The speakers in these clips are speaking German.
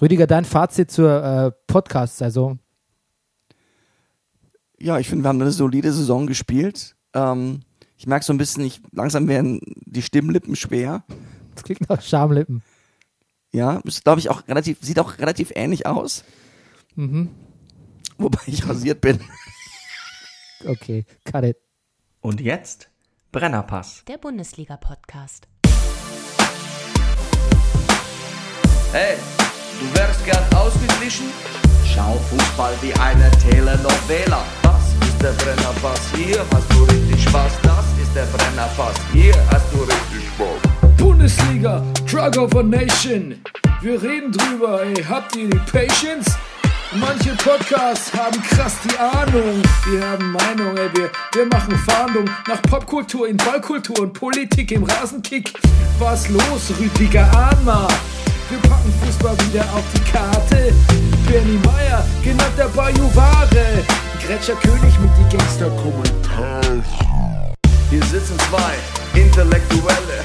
Rüdiger, dein Fazit zur äh, Podcast-Saison. Ja, ich finde, wir haben eine solide Saison gespielt. Ähm, ich merke so ein bisschen, ich, langsam werden die Stimmlippen schwer. Das klingt nach Schamlippen. Ja, ist, glaube ich, auch relativ, sieht auch relativ ähnlich aus. Mhm. Wobei ich rasiert bin. Okay, cut it. Und jetzt Brennerpass. Der Bundesliga-Podcast. Hey, du wärst gern ausgeglichen? Schau Fußball wie eine Telenovela. Das ist der Brennerpass. Hier hast du richtig Spaß. Das ist der Brennerpass. Hier hast du richtig Spaß. Bundesliga, Drug of a Nation. Wir reden drüber, ey, habt ihr die Patience? Manche Podcasts haben krass die Ahnung. Wir haben Meinung, ey, wir, wir machen Fahndung nach Popkultur in Ballkultur und Politik im Rasenkick. Was los, Rüdiger Ahnma? Wir packen Fußball wieder auf die Karte. Bernie Meyer, genannt der Bajuware. Gretscher König mit die Gangster-Kommentare. Hier sitzen zwei Intellektuelle,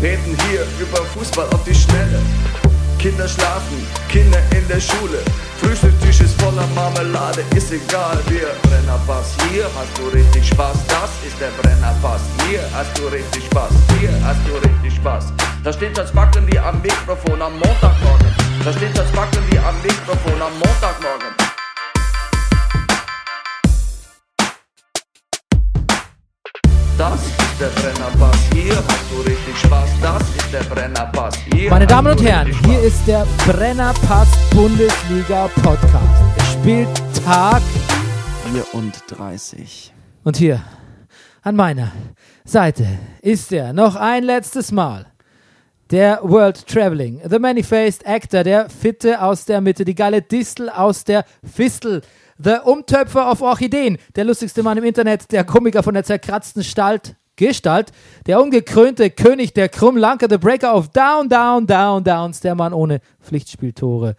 reden hier über Fußball auf die Schnelle. Kinder schlafen, Kinder in der Schule, Frühstückstisch ist voller Marmelade, ist egal, wir Brennerpass, hier hast du richtig Spaß, das ist der Brennerpass, hier hast du richtig Spaß, hier hast du richtig Spaß. Da steht das Backen wie am Mikrofon am Montagmorgen, da steht das Backen wie am Mikrofon am Montagmorgen. Das ist der Brennerpass, hier hast du richtig Spaß, das ist der Brennerpass. Hier Meine hast Damen du und Herren, richtig hier Spaß. ist der Brennerpass Bundesliga Podcast. Spieltag 34. und hier an meiner Seite ist er noch ein letztes Mal. Der World Traveling, The Many-Faced Actor, der Fitte aus der Mitte, die geile Distel aus der Fistel, The Umtöpfer auf Orchideen, der lustigste Mann im Internet, der Komiker von der zerkratzten Stalt, Gestalt, der ungekrönte König der Krummlanke, The Breaker of Down, Down, Down, Downs, der Mann ohne Pflichtspieltore.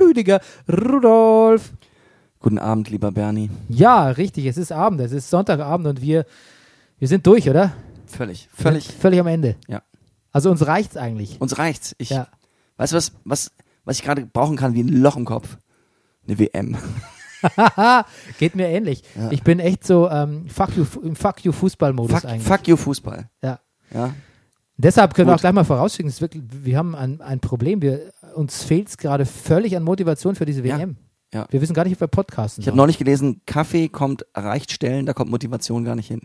Rüdiger Rudolf. Guten Abend, lieber Bernie. Ja, richtig, es ist Abend, es ist Sonntagabend und wir, wir sind durch, oder? Völlig, Wir völlig. Sind völlig am Ende. Ja. Also uns reicht's eigentlich. Uns reicht's. Ich, Ja. Weißt du, was, was, was ich gerade brauchen kann wie ein Loch im Kopf? Eine WM. Geht mir ähnlich. Ich bin echt so ähm, fuck you, im Fuck you Fußballmodus Fuck, eigentlich. fuck you, Fußball. Ja. Ja. Deshalb können wir Gut. auch gleich mal vorausschicken, es ist wirklich, wir haben ein, ein Problem. Wir, uns fehlt's gerade völlig an Motivation für diese Ja. WM. Ja. Wir wissen gar nicht, ob wir podcasten. Ich habe sollen. neulich gelesen, Kaffee kommt reicht Stellen, da kommt Motivation gar nicht hin.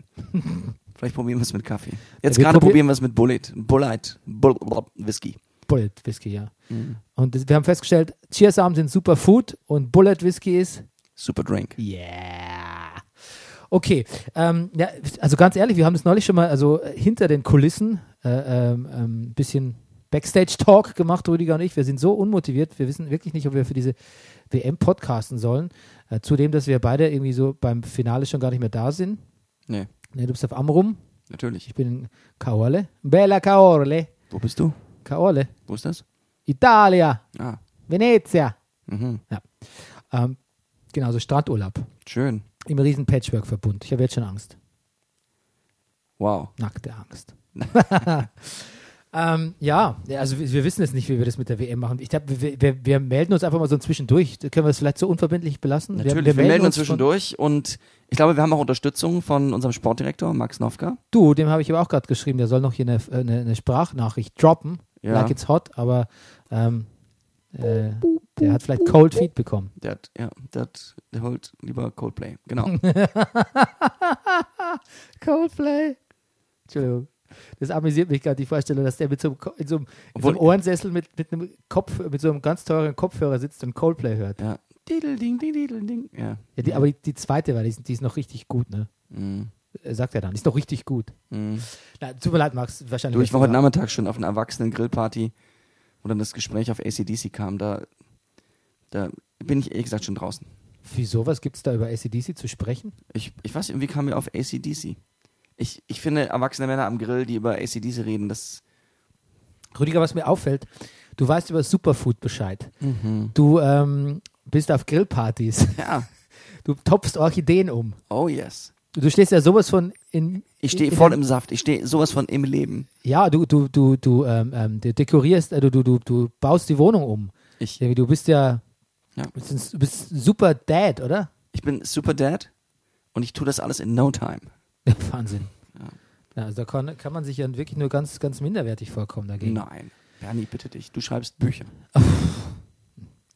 Vielleicht probieren wir es mit Kaffee. Jetzt wir gerade probier- probieren wir es mit Bullet. Bullet. Bull, Bull, Whisky. Bullet Whisky, ja. Mhm. Und das, wir haben festgestellt, Cheersabend sind super Food und Bullet Whisky ist Super Drink. Yeah. Okay, ähm, ja, also ganz ehrlich, wir haben das neulich schon mal also äh, hinter den Kulissen äh, ähm, ähm, bisschen Backstage-Talk gemacht, Rüdiger und ich. Wir sind so unmotiviert, wir wissen wirklich nicht, ob wir für diese WM podcasten sollen. Äh, zudem, dass wir beide irgendwie so beim Finale schon gar nicht mehr da sind. Nee, Ne, du bist auf Amrum, natürlich. ich bin in Caorle. Bella Caorle, Wo bist du? Caorle, Wo ist das? Italia, Ah, Venezia. mhm. Ähm, genau, so Strandurlaub schön. im riesen Patchwork-Verbund. Ich habe jetzt schon Angst. Wow. Nackte Angst. ähm, ja, ja, also wir, wir wissen jetzt nicht, wie wir das mit der WM machen. Ich glaube, wir, wir, wir melden uns einfach mal so zwischendurch. Da Können wir es vielleicht so unverbindlich belassen? Natürlich, wir, melden uns zwischendurch und ich glaube, wir haben auch Unterstützung von unserem Sportdirektor, Max Nowka. Von, du, dem habe ich aber auch gerade geschrieben, der soll noch hier eine, äh, eine, eine Sprachnachricht droppen. Ja. Like it's hot, aber ähm, äh, der hat vielleicht Cold Feet bekommen. Der, hat, ja, der, hat, der holt lieber Coldplay. Genau. Coldplay. Entschuldigung. Das amüsiert mich gerade, die Vorstellung, dass der mit so einem, Ko- in so einem, in so Obwohl- einem Ohrensessel mit, mit, einem Kopf, mit so einem ganz teuren Kopfhörer sitzt und Coldplay hört. ja. Diddelding, diddelding. Ja. Ja, die, aber die, die zweite, weil die, ist- die ist noch richtig gut, ne? Mhm. Äh, Sagt er dann. Ist noch richtig gut. Mhm. Na, tut mir leid, Max. Wahrscheinlich. Du, ich war wirst heute du Nachmittag schon auf einer Erwachsenen-Grillparty, wo dann das Gespräch auf ACDC kam. Da, da bin ich ehrlich gesagt schon draußen. da- Für sowas gibt es da über ACDC zu sprechen? Ich, ich weiß, irgendwie kam mir auf ACDC. Ich, ich finde erwachsene Männer am Grill, die über ACDC reden, das. Rüdiger, was mir auffällt, du weißt über Superfood Bescheid. Mhm. Du ähm, bist auf Grillpartys. Ja. Du topfst Orchideen um. Oh yes. Du stehst ja sowas von in, Ich stehe in voll den- im Saft. Ich stehe sowas von im Leben. Ja, du, du, du, du, ähm, ähm, du dekorierst, äh, du, du, du, du baust die Wohnung um. Ich, Irgendwie, Du bist ja, Ja. Du, bist, ein- du bist ein super Dad, oder? ich bin super Dad und ich tue das alles in no time. Wahnsinn. Ja, also da kann, kann man sich ja wirklich nur ganz, ganz minderwertig vorkommen dagegen. Nein. Bernie, bitte dich. Du schreibst Bücher.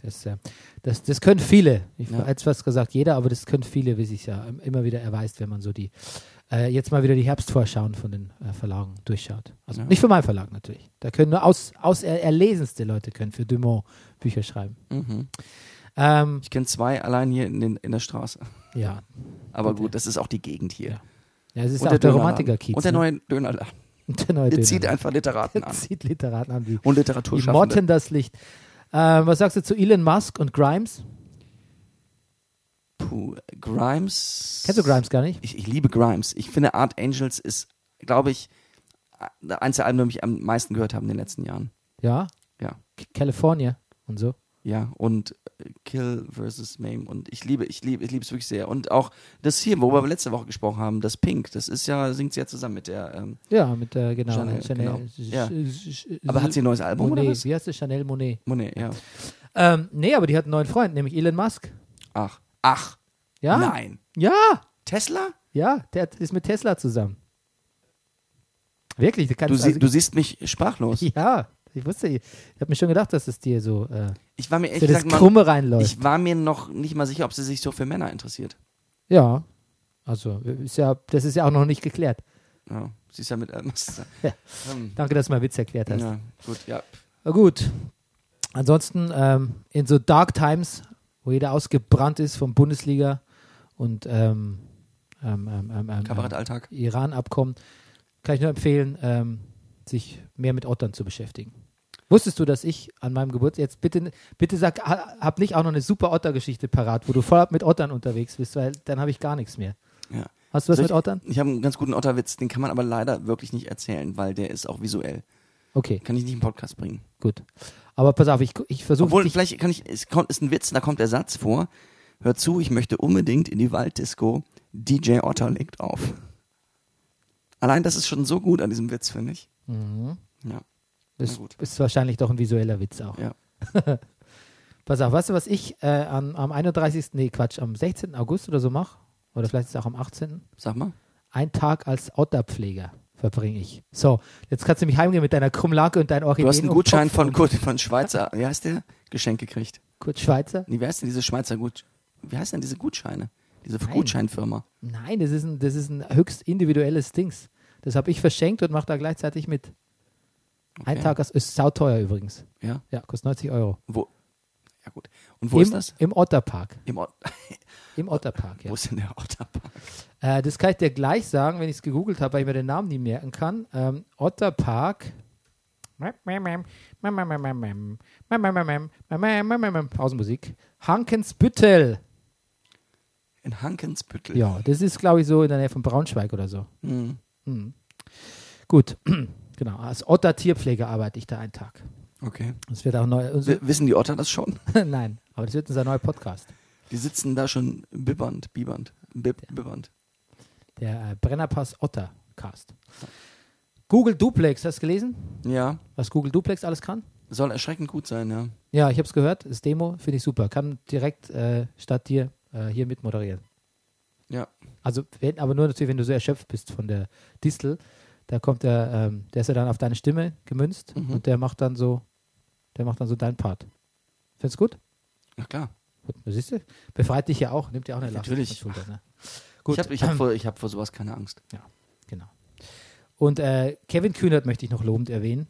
Das, äh, das, das können viele. Ich Ja. habe jetzt was gesagt, jeder, aber das können viele, wie sich ja ähm, immer wieder erweist, wenn man so die äh, jetzt mal wieder die Herbstvorschauen von den äh, Verlagen durchschaut. Also Ja. nicht für meinen Verlag natürlich. Da können nur aus, aus er, erlesenste Leute können für Dumont Bücher schreiben. Mhm. Ähm, Ich kenne zwei allein hier in, den, in der Straße. ja. Aber gut, das ist auch die Gegend hier. Ja. ja, es ist Und auch der Dönerladen. Romantiker-Kiez. Und der ne? neue Dönerladen. Und der neue Der Döner. zieht einfach Literaten der an. zieht Literaten an, die, Und die Literaturschaffende. motten das Licht. Ähm, was sagst du zu Elon Musk und Grimes? Puh, Grimes. Kennst du Grimes gar nicht? Ich, ich liebe Grimes. Ich finde, Art Angels ist, glaube ich, eins der Alben, die ich am meisten gehört habe in den letzten Jahren. Ja. Ja. K- California und so. Ja, und äh, Kill versus Mame. Und ich liebe, ich liebe, ich liebe es wirklich sehr. Und auch das hier, worüber wir letzte Woche gesprochen haben, das Pink, das ist ja, singt sie ja zusammen mit der. Ähm, Ja, mit der, genau. Chanel, genau. Ja. Sch- aber hat sie ein neues Album Monet, oder was? wie heißt sie? Chanel Monet. Monet, ja. Ähm, nee, aber die hat einen neuen Freund, nämlich Elon Musk. Ach. Ach. Ja? Nein. Ja, Tesla? ja, der hat- ist mit Tesla zusammen. Wirklich, du kannst Du, sie, also, du siehst mich sprachlos. Ja, ich wusste, ich habe mir schon gedacht, dass es dir so, äh, Ich war mir ehrlich so das gesagt mal, Krumme reinläuft. ich war mir noch nicht mal sicher, ob sie sich so für Männer interessiert. Ja, also ist ja, das ist ja auch noch nicht geklärt. Ja, sie ist ja mit. Ähm, Ja. ähm, Danke, dass du mal Witz erklärt hast. ja, gut, ja. Na gut. Ansonsten ähm, in so Dark Times, wo jeder ausgebrannt ist vom Bundesliga und ähm, ähm, ähm, ähm, ähm, Kabarettalltag. ähm, Iran-Abkommen, kann ich nur empfehlen, ähm, sich mehr mit Ottern zu beschäftigen. Wusstest du, dass ich an meinem Geburtstag jetzt bitte bitte sag, ha- hab nicht auch noch eine super Otter-Geschichte parat, wo du voll mit Ottern unterwegs bist, weil dann habe ich gar nichts mehr. Ja. Hast du was Soll mit ich- Ottern? Ich habe einen ganz guten Otterwitz, den kann man aber leider wirklich nicht erzählen, weil der ist auch visuell. Okay, Kann ich nicht im Podcast bringen. gut. Aber pass auf, ich, gu- ich versuche Obwohl, dich. vielleicht kann ich, es kommt, ist ein Witz, da kommt der Satz vor. Hör zu, ich möchte unbedingt in die Walddisco. DJ Otter legt auf. Allein das ist schon so gut an diesem Witz, finde ich. Mhm. Ja. Das Na gut. ist wahrscheinlich doch ein visueller Witz auch. Ja. Pass auf, weißt du, was ich äh, am, am 31., nee, Quatsch, am 16. August oder so mache? Oder vielleicht ist es auch am 18. Sag mal. Ein Tag als Otterpfleger verbringe ich. So, jetzt kannst du mich heimgehen mit deiner Krummlake und deinen Orchideen. Du hast einen und Gutschein Kopf von, und Kurt- von Schweizer, wie heißt der? Geschenk gekriegt. Kurt Schweizer? Nee, wie heißt denn diese Schweizer Gut? Wie heißt denn diese Gutscheine? Diese Nein. Gutscheinfirma. Nein, das ist ein, das ist ein höchst individuelles Dings. Das habe ich verschenkt und mache da gleichzeitig mit. Ein Okay. Tag als, ist sauteuer übrigens. Ja. Ja, kostet 90 Euro. Wo? Ja gut. Und wo Im, ist das? Im Otterpark. Im Ort. Im Otterpark, ja. Wo ist denn der Otterpark? Äh, das kann ich dir gleich sagen, wenn ich es gegoogelt habe, weil ich mir den Namen nie merken kann. Ähm, Otter Park. Pausenmusik. Hankensbüttel. In Hankensbüttel. Ja, das ist, glaube ich, so in der Nähe von Braunschweig oder so. Hm. Hm. Gut, genau. Als Otter-Tierpfleger arbeite ich da einen Tag. Okay. Das wird auch neu. W wissen die Otter das schon? Nein, aber das wird unser neuer Podcast. Die sitzen da schon bibbernd, bibbernd, bib bibbernd. Der äh, Brennerpass Ottercast. Google Duplex, hast du gelesen? Ja, Was Google Duplex alles kann? soll erschreckend gut sein, ja. Ja, ich habe es gehört. Das Demo finde ich super. Kann direkt äh, statt dir äh, hier mit moderieren. Ja. Also, wenn, aber nur natürlich, wenn du so erschöpft bist von der Distel, da kommt der, ähm, der ist ja dann auf deine Stimme gemünzt Mhm. und der macht dann so, der macht dann so deinen Part. Findest gut? Na klar. Gut, du siehst du, befreit dich ja auch, nimmt dir auch eine Last Natürlich. von der Schulter. Ne? Ich habe ich hab vor, ich hab vor sowas keine Angst. genau. Und äh, Kevin Kühnert möchte ich noch lobend erwänen.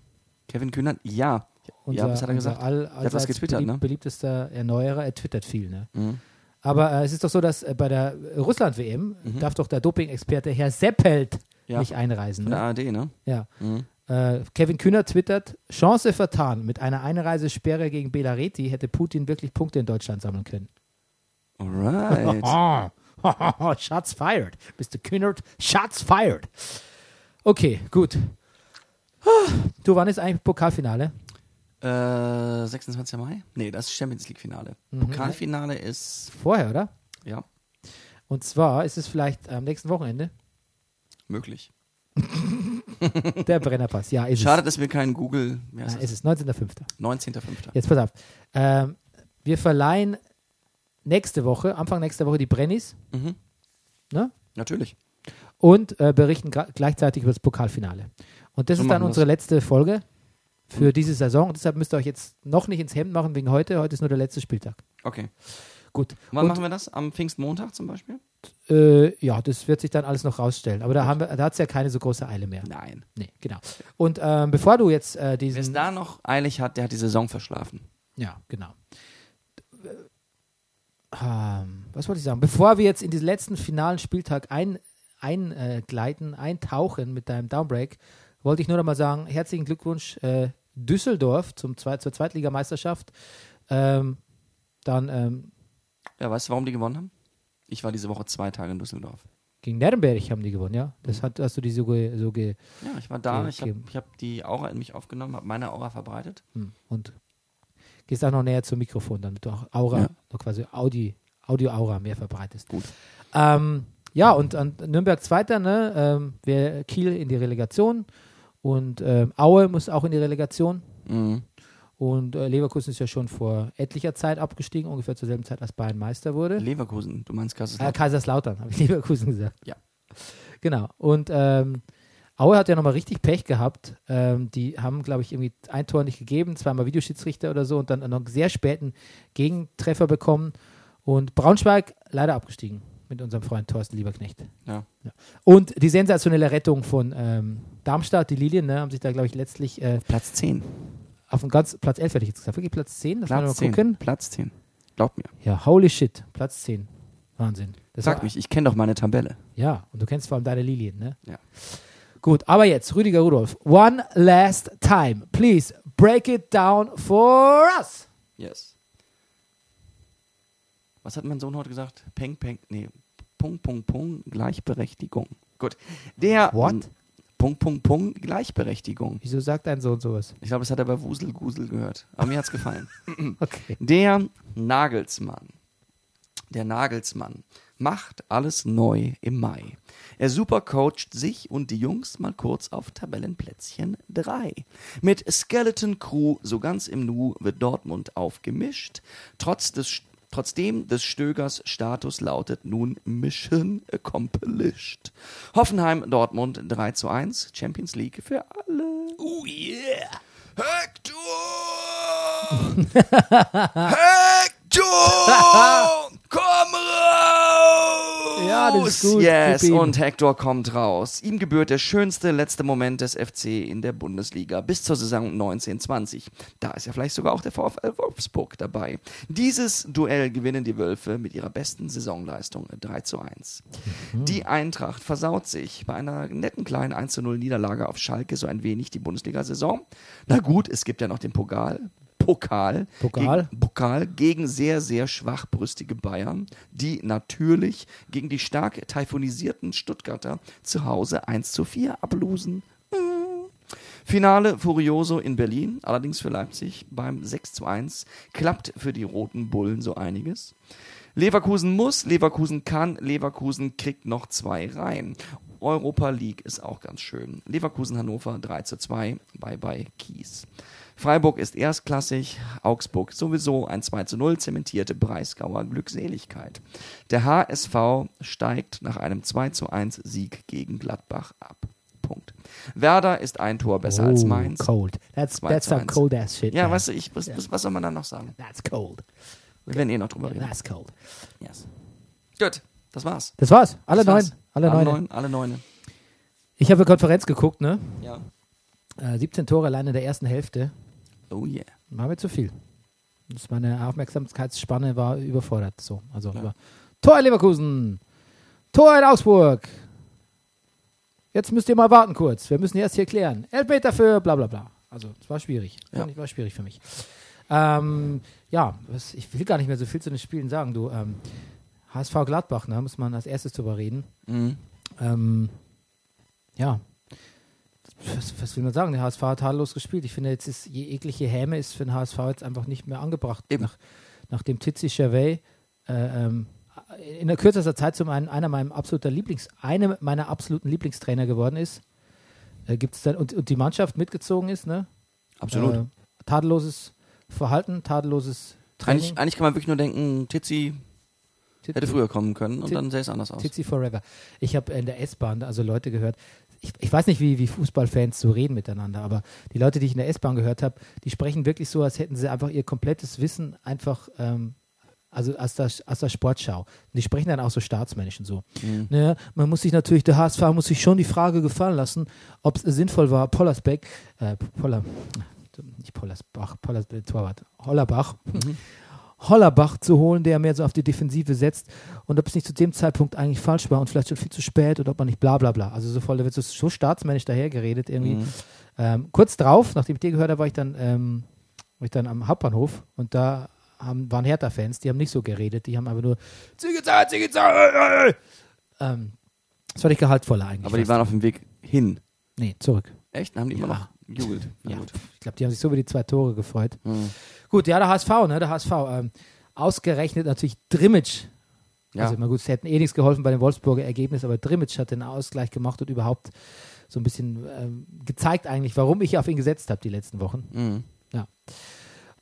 Kevin Kühnert, ja. Unser, was hat er unser gesagt? All, hat was allseits getwittert, belieb- ne? beliebtester Erneuerer, er twittert viel, ne? Mhm. Aber äh, es ist doch so, dass äh, bei der Russland-WM darf doch der Doping-Experte Herr Seppelt Mhm. Ja. nicht einreisen. Von der Ne? ARD, ne? Ja. Mhm. Äh, Kevin Kühner twittert, Chance vertan, mit einer Einreisesperre gegen Belareti hätte Putin wirklich Punkte in Deutschland sammeln können. Alright. Ah. Shots fired. Mr. Kühnert, Shots fired. Okay, gut. Ah, Du, wann ist eigentlich Pokalfinale? äh, 26. Mai? Nee, das ist Champions League-Finale. Mhm. Pokalfinale ist, Vorher, oder? ja, Und zwar ist es vielleicht am nächsten Wochenende. möglich. Der Brennerpass, ja, ist Schade, dass wir keinen Google mehr es. ja, Ja, ist es, 19.05. 19.05. Jetzt pass auf. Ähm, wir verleihen nächste Woche, Anfang nächster Woche, die Brennis Mhm. Ne? Natürlich. und äh, berichten gra- gleichzeitig über das Pokalfinale. Und das So ist dann machen wir's. unsere letzte Folge für diese Saison. Und deshalb müsst ihr euch jetzt noch nicht ins Hemd machen wegen heute. Heute ist nur der letzte Spieltag. Okay. Gut. Wann Und, machen wir das? Am Pfingstmontag zum Beispiel? äh, ja, das wird sich dann alles noch rausstellen. Aber da, haben wir- da hat es ja keine so große Eile mehr. Nein. Nee, genau. Und ähm, bevor du jetzt äh, Wer es diesen. da noch eilig hat, der hat die Saison verschlafen. Ja, genau. äh, Ähm, was wollte ich sagen? Bevor wir jetzt in diesen letzten finalen Spieltag ein, eingleiten, eintauchen mit deinem Downbreak, wollte ich nur noch mal sagen, herzlichen Glückwunsch äh, Düsseldorf zum Zwei zur Zweitligameisterschaft. Ähm, dann ähm, Ja, weißt du, warum die gewonnen haben? Ich war diese Woche zwei Tage in Düsseldorf. gegen Nürnberg haben die gewonnen, ja? Das hat, hast du die so, ge, so ge... Ja, ich war da, Okay. ich habe ich hab die Aura in mich aufgenommen, habe meine Aura verbreitet. Hm. Und gehst auch noch näher zum Mikrofon, damit du auch Aura, Ja. so quasi Audi, Audio-Aura mehr verbreitest. Gut. Ähm, ja, und, und Nürnberg Zweiter, ne? Ähm, wer Kiel in die Relegation und ähm, Aue muss auch in die Relegation. Mhm. Und äh, Leverkusen ist ja schon vor etlicher Zeit abgestiegen, ungefähr zur selben Zeit, als Bayern Meister wurde. Leverkusen, du meinst Äh, Kaiserslautern? Kaiserslautern, habe ich Leverkusen gesagt. Ja. Genau. Und ähm, Aue hat ja nochmal richtig Pech gehabt. Ähm, die haben, glaube ich, irgendwie ein Tor nicht gegeben, zweimal Videoschiedsrichter oder so und dann noch einen sehr späten Gegentreffer bekommen. Und Braunschweig leider abgestiegen mit unserem Freund Thorsten Lieberknecht. Ja. Und die sensationelle Rettung von ähm, Darmstadt, die Lilien, ne, haben sich da, glaube ich, letztlich äh, Platz 10. auf einen ganz Platz 11 hätte ich jetzt gesagt. Wirklich Platz 10? Lass mal Platz 10. gucken. Platz 10. Glaub mir. Ja, holy shit. Platz 10. Wahnsinn. Das Sag war- mich, ich kenne doch meine Tabelle. Ja, und du kennst vor allem deine Lilien, ne? Ja. Gut, aber jetzt, Rüdiger Rudolf. One last time. Please break it down for us. Yes. Was hat mein Sohn heute gesagt? Peng, peng, nee. Pung, pung, pung, Gleichberechtigung. Gut. Der. What? Pung, pung, pung, Gleichberechtigung. Wieso sagt ein Sohn sowas? Ich glaube, das hat er bei Wusel Gusel gehört. Aber mir hat's gefallen. Okay. Der Nagelsmann. Der Nagelsmann macht alles neu im Mai. Er supercoacht sich und die Jungs mal kurz auf Tabellenplätzchen 3. Mit Skeleton Crew so ganz im Nu wird Dortmund aufgemischt. Trotz des, trotzdem des Stögers Status lautet nun Mission Accomplished. Hoffenheim Dortmund 3 zu 1, Champions League für alle. Oh yeah! Hector! Hector! Komm raus! Ja, das ist gut. Yes, Gib ihm. und Hector kommt raus. Ihm gebührt der schönste letzte Moment des FC in der Bundesliga bis zur Saison 1920. Da ist ja vielleicht sogar auch der VfL Wolfsburg dabei. Dieses Duell gewinnen die Wölfe mit ihrer besten Saisonleistung 3 zu 1. Die Eintracht versaut sich bei einer netten kleinen 1 zu 0 Niederlage auf Schalke so ein wenig die Bundesliga-Saison. Na gut, es gibt ja noch den Pokal. Pokal. Pokal? Gegen, Pokal gegen sehr, sehr schwachbrüstige Bayern, die natürlich gegen die stark taifunisierten Stuttgarter zu Hause 1 zu 4 ablosen. Finale Furioso in Berlin, allerdings für Leipzig beim 6 zu 1. Klappt für die roten Bullen so einiges. Leverkusen muss, Leverkusen kann, Leverkusen kriegt noch zwei rein. Europa League ist auch ganz schön. Leverkusen Hannover 3 zu 2, bye bye Kies. Freiburg ist erstklassig, Augsburg sowieso ein 2 zu 0 zementierte Breisgauer Glückseligkeit. Der HSV steigt nach einem 2 zu 1 Sieg gegen Gladbach ab. Punkt. Werder ist ein Tor besser als Oh, Mainz. Cold. That's, Zwei that's zu some eins. cold ass shit. Ja, man. weißt du, ich, was, was soll man da noch sagen? That's cold. Wir werden eh noch drüber reden. That's cold. Yes. Gut, das war's. Das war's. Alle Das neun. war's. Alle, neun. neun. Alle neune. Ich habe eine Konferenz geguckt, ne? Ja. Äh, 17 Tore allein in der ersten Hälfte. Oh yeah. War mir zu viel. Das meine Aufmerksamkeitsspanne war überfordert. So, also Ja. über Tor in Leverkusen, Tor in Augsburg. Jetzt müsst ihr mal warten kurz. Wir müssen erst hier klären. Elfmeter für bla bla bla. Also es war schwierig. Ja. War schwierig für mich. Ähm, ja, was, ich will gar nicht mehr so viel zu den Spielen sagen. Du, ähm, HSV Gladbach, ne, muss man als erstes drüber reden. Mhm. Ähm, ja. Was, was will man sagen? Der HSV hat tadellos gespielt. Ich finde, jetzt ist je eklige Häme ist für den HSV jetzt einfach nicht mehr angebracht. Eben. Nach, nachdem Tizi Gervais äh, ähm, in der kürzester Zeit zum einen einer meiner absoluter Lieblings, einem meiner absoluten Lieblingstrainer geworden ist. Äh, gibt's dann, und, und die Mannschaft mitgezogen ist, ne? Absolut. Äh, tadelloses Verhalten, tadelloses Training. eigentlich, eigentlich kann man wirklich nur denken, Tizi Tit- hätte früher kommen können und Tit- dann sähe es anders aus. Titsi Forever. Ich habe in der S-Bahn also Leute gehört, ich, ich weiß nicht, wie, wie Fußballfans so reden miteinander, aber die Leute, die ich in der S-Bahn gehört habe, die sprechen wirklich so, als hätten sie einfach ihr komplettes Wissen einfach, ähm, also aus der, aus der Sportschau. Und die sprechen dann auch so staatsmännisch und so. Naja, man muss sich natürlich, der HSV muss sich schon die Frage gefallen lassen, ob es sinnvoll war, Pollersbeck, äh, Poller, nicht Pollersbach, Pollers, Torwart, Hollerbach, Hollerbach zu holen, der mehr so auf die Defensive setzt und ob es nicht zu dem Zeitpunkt eigentlich falsch war und vielleicht schon viel zu spät und ob man nicht bla bla bla. Also so voll, da wird so, so staatsmännisch dahergeredet irgendwie. Mhm. Ähm, kurz drauf, nachdem ich dir gehört habe, war ich dann, ähm, war ich dann am Hauptbahnhof und da haben, waren Hertha-Fans, die haben nicht so geredet, die haben einfach nur Ziegezahl, Ziegezahl, äh, äh, äh. ähm, Das war nicht gehaltvoller eigentlich. Aber die waren auf dem Weg hin. nee, zurück. Echt? Dann haben die immer noch Ja. gejubelt. Na Ja, gut. pf, ich glaube, die haben sich so über die zwei Tore gefreut. Mhm. Gut, ja, der HSV, ne? Der HSV. Ähm, ausgerechnet natürlich Drimmitsch. Ja. Also, na gut, es hätten eh nichts geholfen bei dem Wolfsburger Ergebnis, aber Drimmitsch hat den Ausgleich gemacht und überhaupt so ein bisschen ähm, gezeigt eigentlich, warum ich auf ihn gesetzt habe die letzten Wochen. Mhm.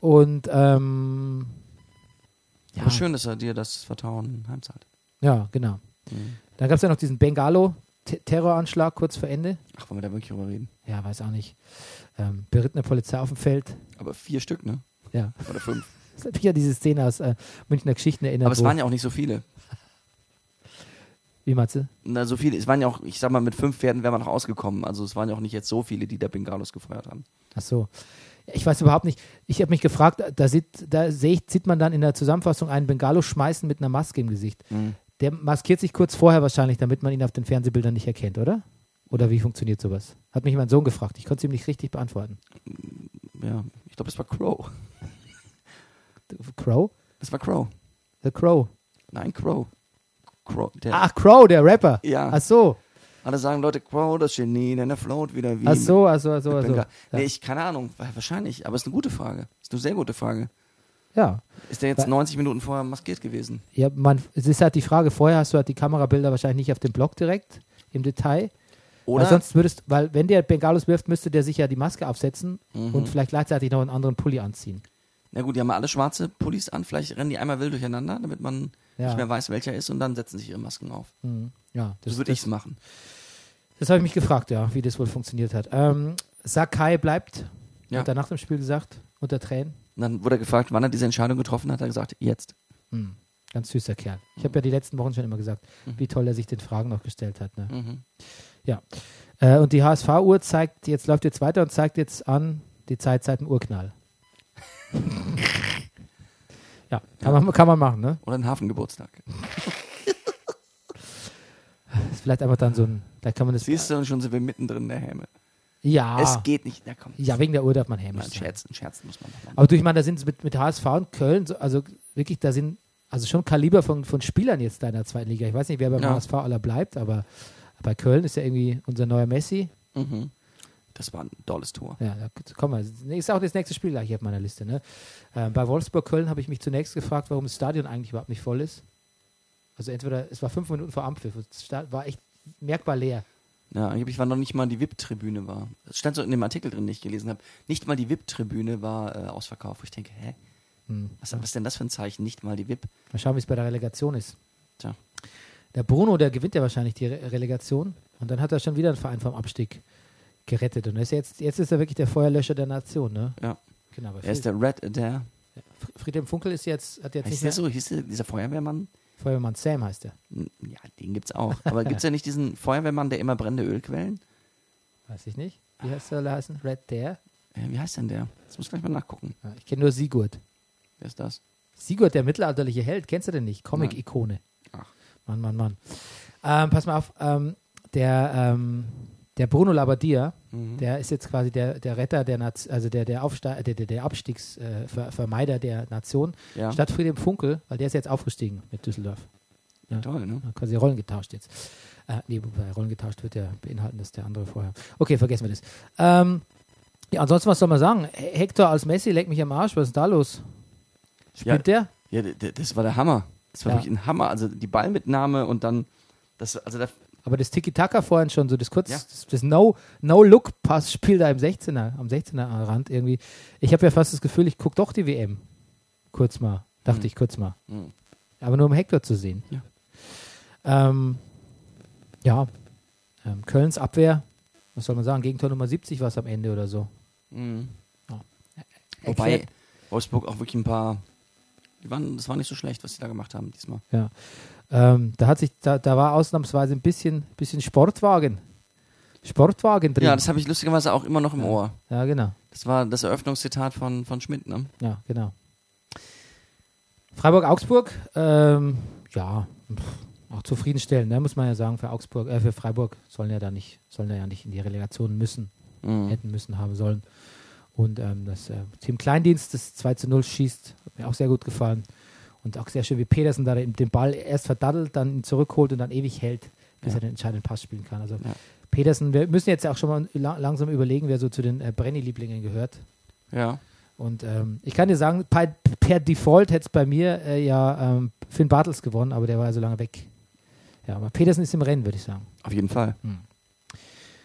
Und ähm, ja, Aber schön, dass er dir das Vertrauen heimzahlt. ja, genau. Mhm. Dann gab es ja noch diesen Bengalo-Terroranschlag kurz vor Ende. Ach, wollen wir da wirklich drüber reden? Ja, weiß auch nicht. Ähm, berittene Polizei auf dem Feld. Aber vier Stück, ne? Ja, Oder fünf. das hat mich an diese Szene aus äh, Münchner Geschichten erinnert. Aber es wo- waren ja auch nicht so viele. Wie Matze? Na, so viele. Es waren ja auch, ich sag mal, mit fünf Pferden wäre man noch ausgekommen. Also es waren ja auch nicht jetzt so viele, die da Bengalos gefeuert haben. Ach so. Ich weiß überhaupt nicht. Ich habe mich gefragt, da, sieht, da sehe ich, sieht man dann in der Zusammenfassung einen Bengalo schmeißen mit einer Maske im Gesicht. Mhm. Der maskiert sich kurz vorher wahrscheinlich, damit man ihn auf den Fernsehbildern nicht erkennt, oder? Oder wie funktioniert sowas? Hat mich mein Sohn gefragt. Ich konnte es ihm nicht richtig beantworten. Ja, ich glaube, es war Crow. Crow? Das war Crow. The Crow. Nein, Crow. Crow. Der, Ach, Crow, der Rapper. Ja. Ach so. Alle sagen Leute, Crow, das Genie, denn er float wieder wie. Ach so, ach so, ach so, mit ach so. Benga- Nee, Ja. ich, keine Ahnung, wa- wahrscheinlich, aber es ist eine gute Frage. Ist eine sehr gute Frage. ja. Ist der jetzt Wa- 90 Minuten vorher maskiert gewesen? Ja, man, es ist halt die Frage, vorher hast du halt die Kamerabilder wahrscheinlich nicht auf dem Blog direkt im Detail. Oder? Weil sonst würdest, weil wenn der Bengalos wirft, müsste der sich ja die Maske absetzen Mhm. und vielleicht gleichzeitig noch einen anderen Pulli anziehen. na gut, die haben alle schwarze Pullis an, vielleicht rennen die einmal wild durcheinander, damit man Ja. nicht mehr weiß, welcher ist und dann setzen sich ihre Masken auf. Mhm. Ja, Das das, würde ich machen. das habe ich mich gefragt, ja, wie das wohl funktioniert hat. Ähm, Sakai bleibt, Ja. hat er nach dem Spiel gesagt, unter Tränen. Und dann wurde er gefragt, wann er diese Entscheidung getroffen hat, hat er gesagt, jetzt. Ganz süßer Kerl. Ich Mhm. habe ja die letzten Wochen schon immer gesagt, wie toll er sich den Fragen noch gestellt hat. Ne? Mhm. Ja. Äh, und die HSV-Uhr zeigt, jetzt läuft jetzt weiter und zeigt jetzt an, die Zeit seit dem Urknall. ja, kann, Man, kann man machen, ne? Oder ein Hafengeburtstag. Ist vielleicht einfach dann so ein, vielleicht kann man das. Siehst du, und schon sind wir mittendrin in der Häme. ja, Es geht nicht. Na komm, Ah. ja, wegen der Uhr darf man mal hämisch ein sein. Scherz, ein Scherz muss man machen. Aber du, ich meine, da sind mit, mit HSV und Köln, so, also wirklich, da sind also schon Kaliber von, von Spielern jetzt da in der zweiten Liga. Ich weiß nicht, wer beim Ja. HSV aller bleibt, aber bei Köln ist ja irgendwie unser neuer Messi. Das war ein dolles Tor. Ja, da kommen wir. Ist auch das nächste Spiel gleich hier auf meiner Liste. Ne? Ähm, bei Wolfsburg-Köln habe ich mich zunächst gefragt, warum das Stadion eigentlich überhaupt nicht voll ist. Also entweder, es war fünf Minuten vor Ampfiff, und das Sta- war echt merkbar leer. Ja, angeblich war noch nicht mal die VIP-Tribüne war. Das stand so in dem Artikel drin, den ich gelesen habe. Nicht mal die VIP-Tribüne war äh, ausverkauft. Wo ich denke, hä? Hm. Was, was ist denn das für ein Zeichen? Nicht mal die VIP. Mal schauen, wie es bei der Relegation ist. Tja. Der Bruno, der gewinnt ja wahrscheinlich die Re Relegation und dann hat er schon wieder einen Verein vom Abstieg gerettet. Und er ist jetzt, jetzt ist er wirklich der Feuerlöscher der Nation, ne? Ja. Genau, aber Er ist der Red Adair. Fried- Friedhelm Funkel ist jetzt, hat jetzt Hieß nicht der mehr, so? Hieß der, dieser Feuerwehrmann? Feuerwehrmann Sam heißt er. Hm, Ja, den gibt's auch. Aber gibt's ja nicht diesen Feuerwehrmann, der immer brennende Ölquellen? Weiß ich nicht. Ah. Wie heißt soll er heißen? Red Dare? Äh, wie heißt denn der? Das muss ich gleich mal nachgucken. Ja, ich kenne nur Sigurd. Wer ist das? Sigurd, der mittelalterliche Held, kennst du den nicht? Comic-Ikone. Ach. Mann, Mann, Mann. Ähm, pass mal auf, ähm, der, ähm, der Bruno Labbadia, Mhm. der ist jetzt quasi der, der Retter der Naz also der, der, Aufste der, der, der Abstiegsvermeider äh, Ver- Vermeider der Nation, Ja. statt Friedhelm Funkel, weil der ist jetzt aufgestiegen mit Düsseldorf. Toll, ne? Ja, Quasi Rollen getauscht jetzt. Äh, nee, wobei Rollen getauscht wird ja beinhalten, dass der andere vorher. Okay, vergessen wir das. Ähm, ja, ansonsten, was soll man sagen? He- Hector als Messi, leck mich am Arsch, was ist da los? Spielt der? Ja, d- d- das war der Hammer. Das war Ja. wirklich ein Hammer. Also die Ballmitnahme und dann, das, also da, Aber das Tiki-Taka vorhin schon, so das kurz, Ja. das, das No- No-Look-Pass-Spiel da im 16er, am 16er-Rand irgendwie. Ich habe ja fast das Gefühl, ich gucke doch die WM. Kurz mal, dachte ich kurz mal. Mhm. Aber nur um Hector zu sehen. Ja. Ähm, ja. Ähm, Kölns Abwehr, was soll man sagen, Gegentor Nummer 70 war es am Ende oder so. hm, wobei Erklärt. Wolfsburg auch wirklich ein paar, die waren, das war nicht so schlecht, was die da gemacht haben diesmal. Ähm, da hat sich, da, da war ausnahmsweise ein bisschen, bisschen Sportwagen. Sportwagen drin. Ja, das habe ich lustigerweise auch immer noch im Ohr. ja genau. Das war das Eröffnungszitat von, von Schmidt, ne? Ja, genau. Freiburg-Augsburg, ähm, ja, pff, auch zufriedenstellend, ne, muss man ja sagen, für Augsburg, äh, für Freiburg sollen ja da nicht, sollen ja nicht in die Relegation müssen, Mhm. hätten müssen, haben sollen. Und ähm, das äh, Team Kleindienst, das 2 zu 0 schießt, hat mir auch sehr gut gefallen. Und auch sehr schön, wie Petersen da den den Ball erst verdaddelt, dann ihn zurückholt und dann ewig hält, bis Ja. er den entscheidenden Pass spielen kann. Also Ja. Petersen, wir müssen jetzt ja auch schon mal la langsam überlegen, wer so zu den äh, Brenny-Lieblingen gehört. Ja. Und ähm, ich kann dir sagen, per, per Default hätte es bei mir äh, ja ähm, Finn Bartels gewonnen, aber der war ja so lange weg. Ja, aber Petersen ist im Rennen, würde ich sagen. Auf jeden Fall. Hm.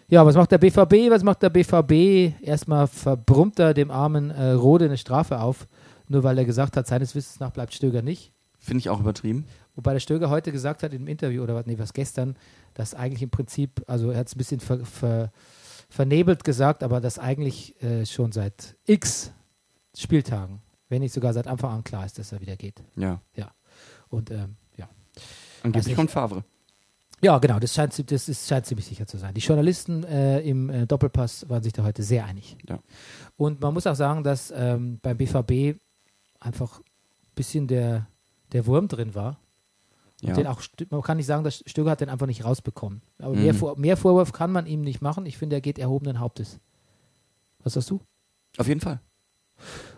Ja, was macht der BVB? Was macht der BVB? Erstmal verbrummt er dem armen äh, Rode eine Strafe auf, nur weil er gesagt hat, seines Wissens nach bleibt Stöger nicht. Finde ich auch übertrieben. Wobei der Stöger heute gesagt hat im Interview oder was, nee, was gestern, dass eigentlich im Prinzip, also er hat es ein bisschen ver, ver, vernebelt gesagt, aber dass eigentlich äh, schon seit x Spieltagen, wenn nicht sogar seit Anfang an klar ist, dass er wieder geht. Ja. Und ähm, ja. Weiß Angeblich nicht. kommt Favre. Ja, genau, das scheint, zi- das ist, scheint ziemlich sicher zu sein. Die Journalisten äh, im äh, Doppelpass waren sich da heute sehr einig. Ja. Und man muss auch sagen, dass ähm, beim BVB einfach ein bisschen der, der Wurm drin war. Ja. Den auch, Stö- man kann nicht sagen, dass Stöger hat den einfach nicht rausbekommen. Aber Mhm. mehr, Vor, mehr Vorwurf kann man ihm nicht machen. Ich finde, er geht erhobenen Hauptes. Was sagst du? Auf jeden Fall.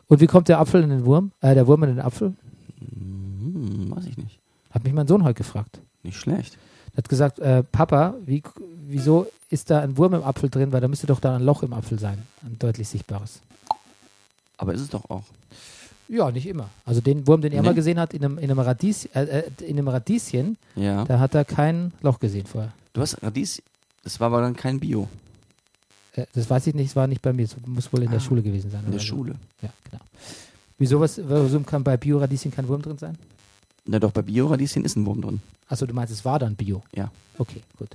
Und wie kommt der Apfel in den Wurm? Äh, der Wurm in den Apfel? Hm, weiß ich nicht. Hat mich mein Sohn heute gefragt. Nicht schlecht. Er hat gesagt, äh, Papa, wie, wieso ist da ein Wurm im Apfel drin? Weil da müsste doch da ein Loch im Apfel sein. Ein deutlich sichtbares. Aber ist es doch auch. Ja, nicht immer. Also den Wurm, den er Nee. mal gesehen hat in einem, in einem, Radies, äh, äh, in einem Radieschen, Ja. da hat er kein Loch gesehen vorher. Du hast Radies. Das war aber dann kein Bio. Äh, das weiß ich nicht, es war nicht bei mir. Es muss wohl in der Ah, Schule gewesen sein. In der oder so. Schule. Ja, genau. Wieso was, warum kann bei Bio-Radieschen kein Wurm drin sein? Na doch, bei Bio-Radieschen ist ein Wurm drin. Achso, du meinst, es war dann Bio? Ja. Okay, gut.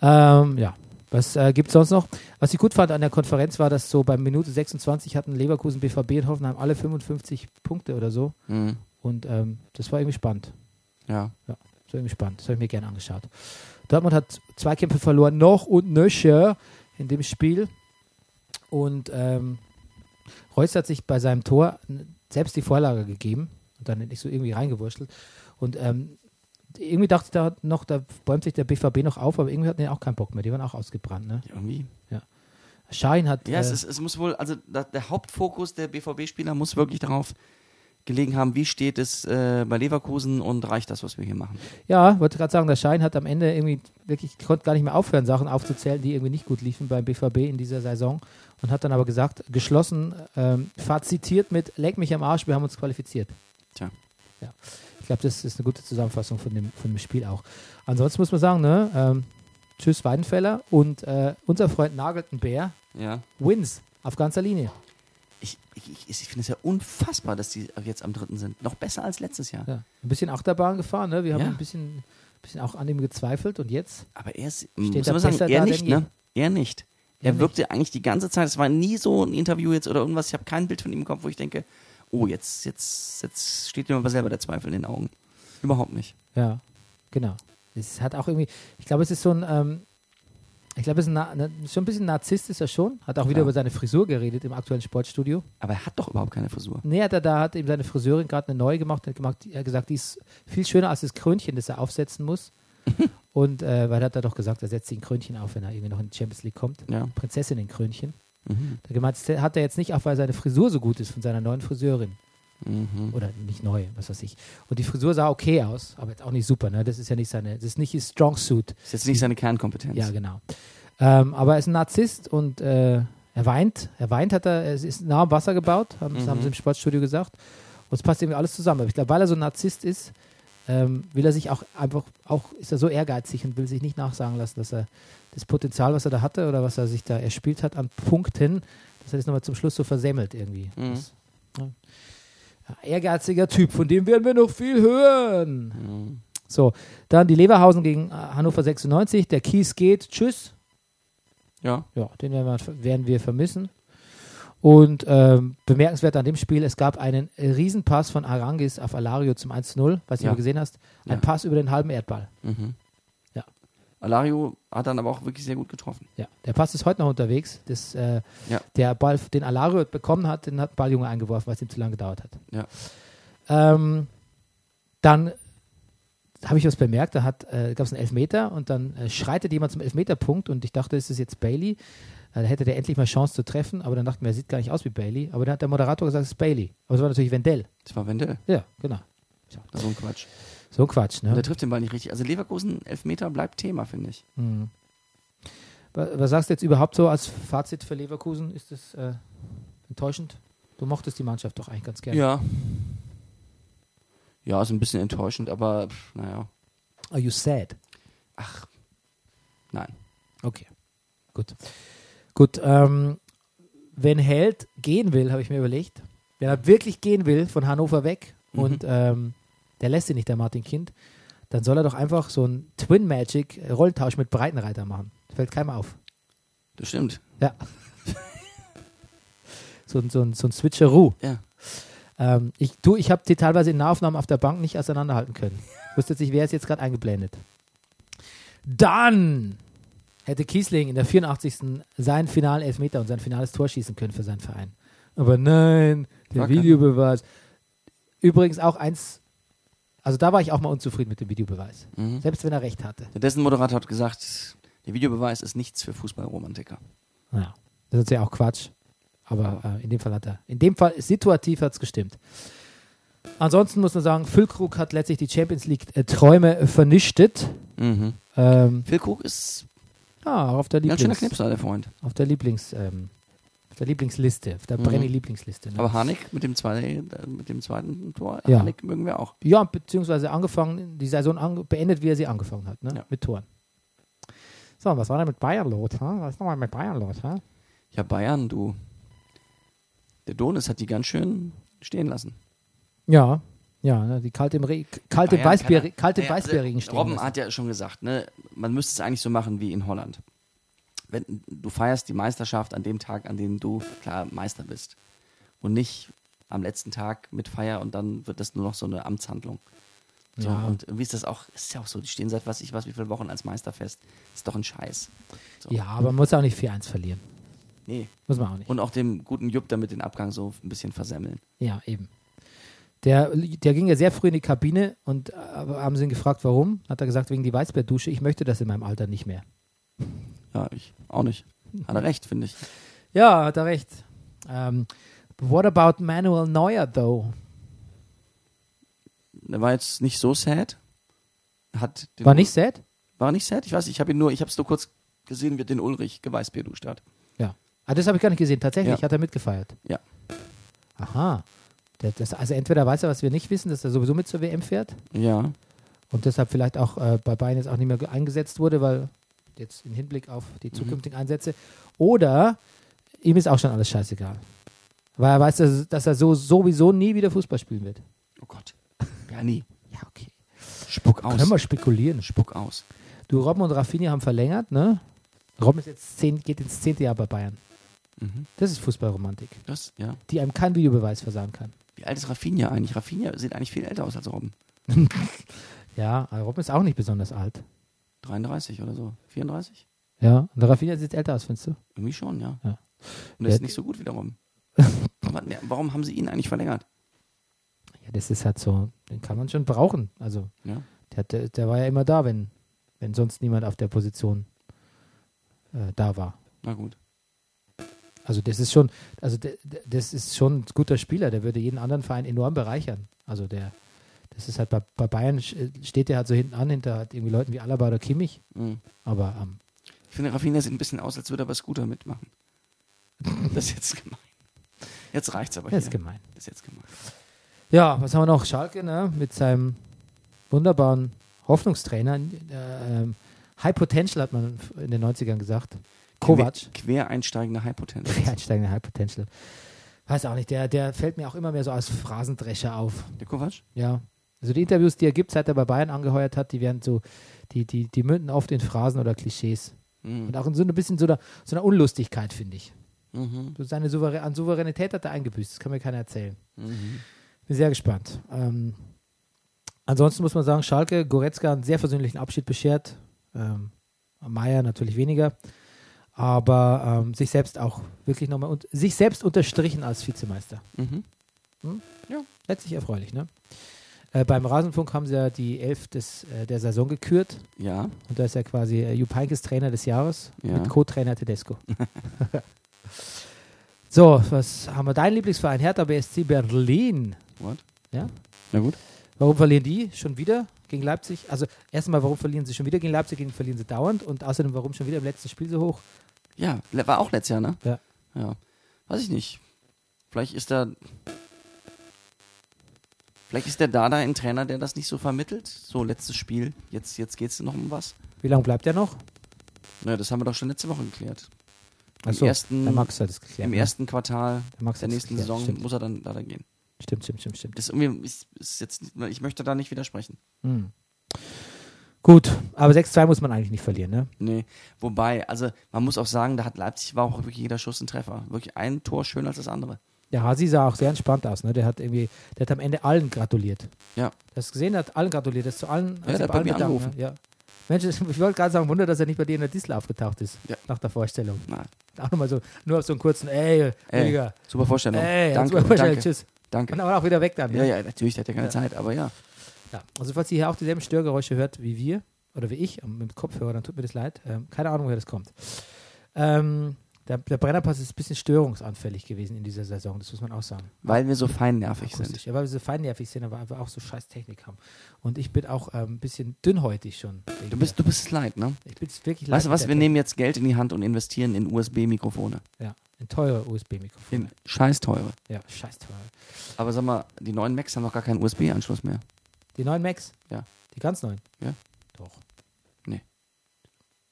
Ähm, ja. Was äh, gibt es sonst noch? Was ich gut fand an der Konferenz war, dass so bei Minute 26 hatten Leverkusen, BVB und Hoffenheim alle 55 Punkte oder so. Mhm. Und ähm, das war irgendwie spannend. Ja. Das war irgendwie spannend. Das habe ich mir gerne angeschaut. Dortmund hat zwei Kämpfe verloren, noch und nöcher in dem Spiel. Und ähm, Reus hat sich bei seinem Tor n- selbst die Vorlage gegeben und dann nicht so irgendwie reingewurschtelt. Und ähm, irgendwie dachte ich da noch, da bäumt sich der BVB noch auf, aber irgendwie hatten die auch keinen Bock mehr. Die waren auch ausgebrannt. Ne? Irgendwie. Schein hat. Ja, es, äh, ist, es muss wohl, also da, der Hauptfokus der BVB-Spieler muss wirklich darauf gelegen haben, wie steht es äh, bei Leverkusen und reicht das, was wir hier machen. Ja, wollte gerade sagen, der Schein hat am Ende irgendwie wirklich, konnte gar nicht mehr aufhören, Sachen aufzuzählen, die irgendwie nicht gut liefen beim BVB in dieser Saison. Und hat dann aber gesagt, geschlossen, ähm, fazitiert mit, leck mich am Arsch, wir haben uns qualifiziert. Tja. Ja. Ich glaube, das ist eine gute Zusammenfassung von dem, von dem Spiel auch. Ansonsten muss man sagen, ne, ähm, tschüss Weidenfeller und äh, unser Freund Nageltenbär Ja. wins auf ganzer Linie. Ich, ich, ich, ich finde es ja unfassbar, dass die jetzt am dritten sind. Noch besser als letztes Jahr. Ja. Ein bisschen Achterbahn gefahren, ne? wir haben Ja. ein bisschen, bisschen auch an ihm gezweifelt und jetzt Aber er ist, Steht muss er man sagen, besser er da nicht, denn je? ne? Er nicht. Er wirkte eigentlich die ganze Zeit, es war nie so ein Interview jetzt oder irgendwas, ich habe kein Bild von ihm im Kopf, wo ich denke, oh, jetzt, jetzt, jetzt steht mir aber selber der Zweifel in den Augen. Überhaupt nicht. Ja, genau. Es hat auch irgendwie, ich glaube, es ist so ein, ähm, ich glaube, es ist ein, Na- ne- schon ein bisschen Narzisst ist er schon. Hat auch wieder Ja. über seine Frisur geredet im aktuellen Sportstudio. Aber er hat doch überhaupt keine Frisur. Nee, hat er da, hat ihm seine Friseurin gerade eine neue gemacht und gemacht, er hat gesagt, die ist viel schöner als das Krönchen, das er aufsetzen muss. und äh, weil er hat er doch gesagt, er setzt sich ein Krönchen auf, wenn er irgendwie noch in die Champions League kommt. Ja. Prinzessinenkrönchen. Mhm. Da gemeint, das hat er jetzt nicht auch, weil seine Frisur so gut ist von seiner neuen Friseurin. Mhm. Oder nicht neu, was weiß ich. Und die Frisur sah okay aus, aber jetzt auch nicht super, ne? Das ist ja nicht seine, das ist nicht his Strong Suit. Ist jetzt nicht seine Kernkompetenz. Ja, genau. Ähm, aber er ist ein Narzisst und äh, er weint. Er weint, hat er, es ist nah am Wasser gebaut, haben, das haben sie im Sportstudio gesagt. Und es passt irgendwie alles zusammen. Aber ich glaube, weil er so ein Narzisst ist, ähm, will er sich auch einfach, auch ist er so ehrgeizig und will sich nicht nachsagen lassen, dass er das Potenzial, was er da hatte oder was er sich da erspielt hat an Punkten, dass er das nochmal zum Schluss so versemmelt irgendwie. Mhm. Das, ja. Ja, ehrgeiziger Typ, von dem werden wir noch viel hören. Mhm. So, dann die Leverhausen gegen äh, Hannover 96, der Kies geht, tschüss. Ja. Ja, den werden wir, werden wir vermissen. Und ähm, bemerkenswert an dem Spiel, es gab einen Riesenpass von Arangis auf Alario zum 1-0, was Ja. du gesehen hast. Ein Ja. Pass über den halben Erdball. Mhm. Ja. Alario hat dann aber auch wirklich sehr gut getroffen. Ja, der Pass ist heute noch unterwegs. Das, äh, Ja. Der Ball, den Alario bekommen hat, den hat Balljunge eingeworfen, weil es ihm zu lange gedauert hat. Ja. Ähm, dann habe ich was bemerkt, da hat, äh, gab es einen Elfmeter und dann äh, schreitet jemand zum Elfmeterpunkt und ich dachte, ist das jetzt Bailey? Äh, Da hätte der endlich mal Chance zu treffen, aber dann dachten wir, er sieht gar nicht aus wie Bailey. Aber dann hat der Moderator gesagt, es ist Bailey. Aber es war natürlich Wendell. Das war Wendell. Ja, genau. So ein Quatsch. So ein Quatsch, ne? Und der trifft den Ball nicht richtig. Also Leverkusen, Elfmeter bleibt Thema, finde ich. Hm. Wa- Was sagst du jetzt überhaupt so als Fazit für Leverkusen? Ist das äh, enttäuschend? Du mochtest die Mannschaft doch eigentlich ganz gerne. Ja. Ja, ist ein bisschen enttäuschend, aber pff, naja. Are you sad? Ach, nein. Okay. Gut. Gut. Ähm, wenn Held gehen will, habe ich mir überlegt. Wenn er wirklich gehen will, von Hannover weg Mhm. und ähm, der lässt sich nicht, der Martin Kind, dann soll er doch einfach so ein Twin Magic äh, Rollentausch mit Breitenreiter machen. Fällt keinem auf. Das stimmt. Ja. so, ein- so, ein- so ein Switcheroo. Ja. Ähm, ich, du, ich habe die teilweise in Nahaufnahmen auf der Bank nicht auseinanderhalten können. Ich wusste jetzt nicht, wer ist jetzt gerade eingeblendet. Dann hätte Kiesling in der 84. seinen finalen Elfmeter und sein finales Tor schießen können für seinen Verein. Aber nein, der War kein- Videobeweis. Übrigens auch eins, also da war ich auch mal unzufrieden mit dem Videobeweis. Mhm. Selbst wenn er recht hatte. Dessen Moderator hat gesagt, der Videobeweis ist nichts für Fußballromantiker. Ja, das ist ja auch Quatsch. Aber äh, in dem Fall hat er, in dem Fall situativ hat es gestimmt. Ansonsten muss man sagen, Füllkrug hat letztlich die Champions League-Träume vernichtet. Mhm. Ähm, Phil Krug ist ah, auf der ein ganz schöner Lieblings, Knipser, der Freund. auf der Lieblings, ähm, auf der Lieblingsliste, auf der Mhm. Brenny-Lieblingsliste. Ne? Aber Harnik mit dem, zwei, äh, mit dem zweiten Tor, Ja. Harnik mögen wir auch. Ja, beziehungsweise angefangen, die Saison ange beendet, wie er sie angefangen hat, ne? Ja. mit Toren. So, und was war denn mit Bayern los? Ha? Was ist nochmal mit Bayern los? Ha? Ja, Bayern, du. Der Donis hat die ganz schön stehen lassen. Ja, ja, ne? die kalt im, Re kalt im, Bayern Weißbier kann er- kalt im Naja, also Weißbierregen stehen. Robben lassen. hat ja schon gesagt, ne, man müsste es eigentlich so machen wie in Holland. Wenn, du feierst die Meisterschaft an dem Tag, an dem du klar Meister bist. Und nicht am letzten Tag mit Feier und dann wird das nur noch so eine Amtshandlung. So, Ja. Und irgendwie ist das auch, ist ja auch so, die stehen seit was ich was, wie viele Wochen als Meister fest. Ist doch ein Scheiß. So. Ja, aber man muss auch nicht 4-1 verlieren. Nee. Muss man auch nicht. Und auch dem guten Jupp damit den Abgang so ein bisschen versemmeln. ja, eben. Der, der ging ja sehr früh in die Kabine und äh, haben sie ihn gefragt, warum. Hat er gesagt, wegen die Weißbärdusche. Ich möchte das in meinem Alter nicht mehr. Ja, ich auch nicht. Hat er recht, finde ich. Ja, hat er recht. Ähm, what about Manuel Neuer, though? Der war jetzt nicht so sad. Hat den War nicht sad? War er nicht sad? Ich weiß nicht, ich habe ihn nur, ich habe es nur kurz gesehen, wird den Ulrich geweißbier duscht hat. Ja. Ah, das habe ich gar nicht gesehen. Tatsächlich Ja. hat er mitgefeiert. Ja. Aha. Der- Das, also entweder weiß er, was wir nicht wissen, dass er sowieso mit zur WM fährt Ja. und deshalb vielleicht auch äh, bei Bayern jetzt auch nicht mehr ge- eingesetzt wurde, weil jetzt im Hinblick auf die zukünftigen Einsätze. Oder ihm ist auch schon alles scheißegal. Weil er weiß, dass, dass er so sowieso nie wieder Fußball spielen wird. Oh Gott. Ja, nie. Ja, okay. Spuck aus. Können wir spekulieren. Spuck aus. Du, Robben und Rafinha haben verlängert, ne? Robben ist jetzt zehn, geht ins zehnte Jahr bei Bayern. Mhm. Das ist Fußballromantik, Das, ja. die einem kein Videobeweis versagen kann. Wie alt ist Rafinha eigentlich? Rafinha sieht eigentlich viel älter aus als Robben. Ja, aber Robben ist auch nicht besonders alt. 33 oder so. 34? Ja, und Rafinha sieht älter aus, findest du? Irgendwie schon, ja. Ja. Und Ja. er ist nicht so gut wie der Robben. Aber, ne, warum haben sie ihn eigentlich verlängert? Ja, das ist halt so, den kann man schon brauchen. Also, Ja. der, hat- der, der war ja immer da, wenn, wenn sonst niemand auf der Position äh, da war. Na gut. Also, das ist schon, also der- der- das ist schon ein guter Spieler, der würde jeden anderen Verein enorm bereichern. Also, der, das ist halt bei, bei Bayern sch- steht der halt so hinten an, hinter halt irgendwie Leuten wie Alaba oder Kimmich, Mhm. aber ähm, Ich finde, Rafinha sieht ein bisschen aus, als würde er bei Scooter mitmachen. Das ist jetzt gemein. Jetzt reicht's aber das ist hier. gemein. Das ist jetzt gemein. Ja, was haben wir noch? Schalke, ne? Mit seinem wunderbaren Hoffnungstrainer. Äh, ähm, High Potential hat man in den 90ern gesagt. Kovac. Quer, quereinsteigende Hypotension. Einsteigender High Potential. Weiß auch nicht, der, der fällt mir auch immer mehr so als Phrasendrescher auf. Der Kovac? Ja. Also die Interviews, die er gibt, seit er bei Bayern angeheuert hat, die werden so, die, die, die münden oft in Phrasen oder Klischees. Mhm. Und auch in so ein bisschen so einer, so einer Unlustigkeit, finde ich. Mhm. So seine Souverä an Souveränität hat er eingebüßt, das kann mir keiner erzählen. Mhm. Bin sehr gespannt. Ähm, ansonsten muss man sagen, Schalke, Goretzka einen sehr versöhnlichen Abschied beschert. Ähm, Meier natürlich weniger. Aber ähm, sich selbst auch wirklich nochmal und sich selbst unterstrichen als Vizemeister. Hm? Mhm. Letztlich erfreulich, ne? Äh, beim Rasenfunk haben sie ja die Elf des, äh, der Saison gekürt. Ja, Und da ist ja quasi äh, Jupp Heynckes Trainer des Jahres Ja. mit Co-Trainer Tedesco. so, was haben wir? Dein Lieblingsverein, Hertha BSC Berlin. what? Ja? Na gut. Warum verlieren die schon wieder gegen Leipzig? Also erstmal, warum verlieren sie schon wieder gegen Leipzig? Gegen verlieren sie dauernd. Und außerdem, warum schon wieder im letzten Spiel so hoch? Ja, le- war auch letztes Jahr, ne? Ja. Ja. Weiß ich nicht. Vielleicht ist da. Vielleicht ist der Dada ein Trainer, der das nicht so vermittelt. So, letztes Spiel, jetzt, jetzt geht's noch um was. Wie lange bleibt er noch? Na, das haben wir doch schon letzte Woche geklärt. Im, Ach so, ersten, der Max hat es geklärt. im ne? ersten Quartal der, Max der hat es nächsten geklärt. Saison Stimmt, muss er dann Dada gehen. stimmt, stimmt, stimmt. stimmt. Das ist irgendwie, ist, ist jetzt, ich möchte da nicht widersprechen. Hm. Gut, aber 6-2 muss man eigentlich nicht verlieren, ne? Nee, wobei, also man muss auch sagen, da hat Leipzig war auch wirklich jeder Schuss ein Treffer. Wirklich ein Tor schöner als das andere. Der Hasi sah auch sehr entspannt aus, ne? Der hat irgendwie, der hat am Ende allen gratuliert. Ja, Das gesehen hat, allen gratuliert, das zu allen. der also hat bei allen mir bedankt, angerufen. Ne? Ja. Mensch, ich wollte gerade sagen, Wunder, dass er nicht bei dir in der Distel aufgetaucht ist, Ja. nach der Vorstellung. na, Auch nochmal so, nur auf so einen kurzen, ey, Ey, Rüdiger, super Vorstellung. ey, danke, super, danke, tschüss. danke. Und dann auch wieder weg dann. ne? Ja, ja, natürlich, der hat ja keine Zeit, aber ja. Ja. Also falls ihr hier auch dieselben Störgeräusche hört wie wir oder wie ich ähm, mit Kopfhörer, dann tut mir das leid. Ähm, keine Ahnung, woher das kommt. Ähm, der, der Brennerpass ist ein bisschen störungsanfällig gewesen in dieser Saison, das muss man auch sagen. Weil wir so feinnervig sind. akustisch. Ja, weil wir so feinnervig sind, aber einfach auch so scheiß Technik haben. Und ich bin auch ähm, ein bisschen dünnhäutig schon. Du bist, du bist es leid, ne? ich bin wirklich Weißt du leid mit was, der wir nehmen jetzt Geld in die Hand und investieren in USB-Mikrofone. Technik. Ja, ein teure In USB-Mikrofon. scheiß teure. Ja, scheiß teuer. Aber sag mal, die neuen Macs haben doch gar keinen USB-Anschluss mehr. Die neuen Macs? Ja. Die ganz neuen? Ja. Doch. Nee.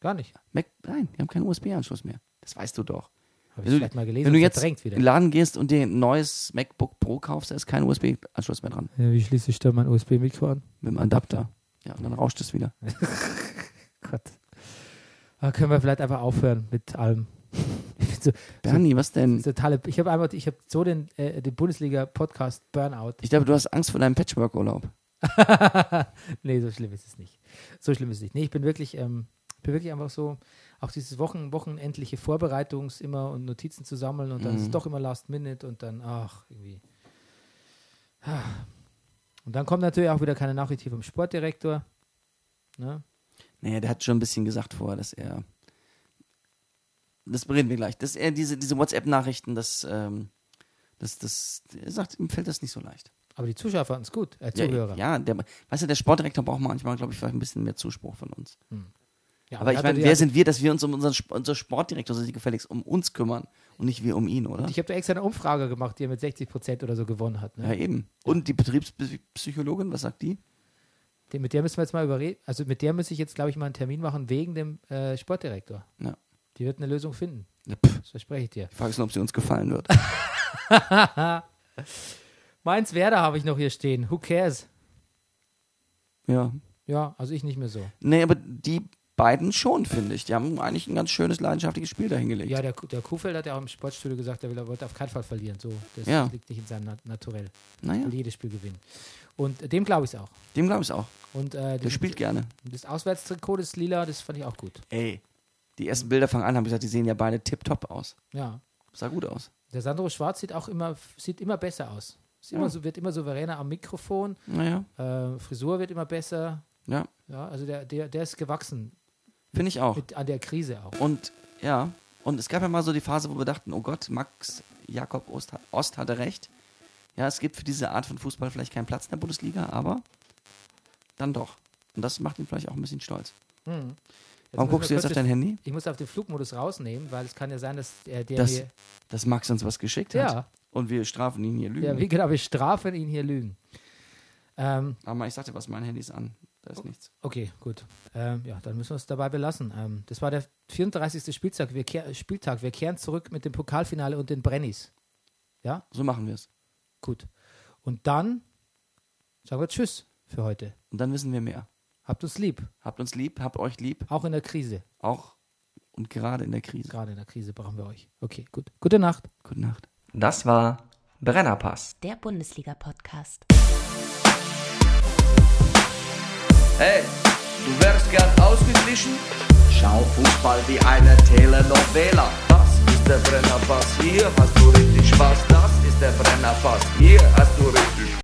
Gar nicht. Mac, nein, die haben keinen USB-Anschluss mehr. Das weißt du doch. Habe Wenn ich du- vielleicht mal gelesen Wenn du und jetzt in verdrängt wieder. den Laden gehst und dir ein neues MacBook Pro kaufst, da ist kein USB-Anschluss mehr dran. Ja, wie schließe ich da mein USB-Mikro an? Mit dem Adapter. Ja, und dann rauscht es wieder. Gott. Da können wir vielleicht einfach aufhören mit allem. Ich bin so, Bernie, was denn? so totale, ich habe einmal, ich habe so den, äh, den Bundesliga-Podcast Burnout. Ich glaube, du hast Angst vor deinem Patchwork-Urlaub. nee, so schlimm ist es nicht. So schlimm ist es nicht. Nee, ich bin wirklich, ähm, bin wirklich einfach so, auch dieses Wochen, wochenendliche Vorbereitungs immer und Notizen zu sammeln und dann ist es Mhm. doch immer Last Minute und dann, ach, irgendwie. Ah. Und dann kommt natürlich auch wieder keine Nachricht hier vom Sportdirektor. Ne? Naja, der hat schon ein bisschen gesagt vorher, dass er. Das reden wir gleich. Dass er diese, diese WhatsApp-Nachrichten, das, ähm, das, das, er sagt, ihm fällt das nicht so leicht. Aber die Zuschauer fanden es gut, äh, Ja, Zuhörer. ja der, weißt du, der Sportdirektor braucht manchmal, glaube ich, vielleicht ein bisschen mehr Zuspruch von uns. Ja, Aber ich hat meine, er- wer sind wir, dass wir uns um unseren Sp unser Sportdirektor so gefälligst um uns kümmern und nicht wir um ihn, oder? Ich habe da extra eine Umfrage gemacht, die er mit 60 Prozent oder so gewonnen hat. Ne? Ja, eben. Und die Betriebspsychologin, was sagt die? Den- Mit der müssen wir jetzt mal überreden. Also mit der muss ich jetzt, glaube ich, mal einen Termin machen wegen dem äh, Sportdirektor. Ja. Die wird eine Lösung finden. Ja, pff, Das verspreche ich dir. die Frage ist nur, ob sie uns gefallen wird. Mainz Werder habe ich noch hier stehen. Who cares? ja. Ja, also ich nicht mehr so. Nee, aber die beiden schon, finde ich. Die haben eigentlich ein ganz schönes, leidenschaftliches Spiel dahingelegt. Ja, der, Ku- der Kuhfeld hat ja auch im Sportstudio gesagt, er will, er wollte auf keinen Fall verlieren. So, das Ja. liegt nicht in seinem Nat Naturell. Er naja, will jedes Spiel gewinnen. Und äh, dem glaube ich es auch. dem glaube ich auch. Und äh, Der das, spielt gerne. das Auswärtstrikot, das Lila, das fand ich auch gut. Ey. Die ersten Bilder fangen an, haben gesagt, die sehen ja beide tipptopp aus. Ja. Sah gut aus. Der Sandro Schwarz sieht auch immer, sieht immer besser aus. Ist immer Ja. so, wird immer souveräner am Mikrofon. Naja, Äh, Frisur wird immer besser. ja. Ja, also der, der, der ist gewachsen Finde ich auch. mit, an der Krise auch. Und ja, und es gab ja mal so die Phase, wo wir dachten, oh Gott, Max Jakob Ost, Ost hatte recht. Ja, es gibt für diese Art von Fußball vielleicht keinen Platz in der Bundesliga, aber dann doch. Und das macht ihn vielleicht auch ein bisschen stolz. Hm. Jetzt Warum müssen guckst du wir jetzt kurz auf dein Handy? Ich muss auf den Flugmodus rausnehmen, weil es kann ja sein, dass äh, der Das hier. Dass Max uns was geschickt hat. Ja, Und wir strafen ihn hier Lügen. ja, wie genau, wir strafen ihn hier Lügen. Ähm, Aber ich sagte, was mein Handy ist an. Da ist nichts. okay, gut. Ähm, ja, dann müssen wir es dabei belassen. Ähm, das war der 34. Spieltag. Wir, kehr, Spieltag. wir kehren zurück mit dem Pokalfinale und den Brennies. Ja, So machen wir es. gut. Und dann sagen wir Tschüss für heute. Und dann wissen wir mehr. Habt uns lieb, Habt uns lieb, habt euch lieb, auch in der Krise. auch und gerade in der Krise. Gerade in der Krise brauchen wir euch. Okay, gut. Gute Nacht. Gute Nacht. Das war Brennerpass. Der Bundesliga-Podcast. Hey, du wärst gern ausgeglichen? Schau Fußball wie eine Telenovela. Das ist der Brennerpass, hier hast du richtig Spaß. Das ist der Brennerpass, hier hast du richtig Spaß.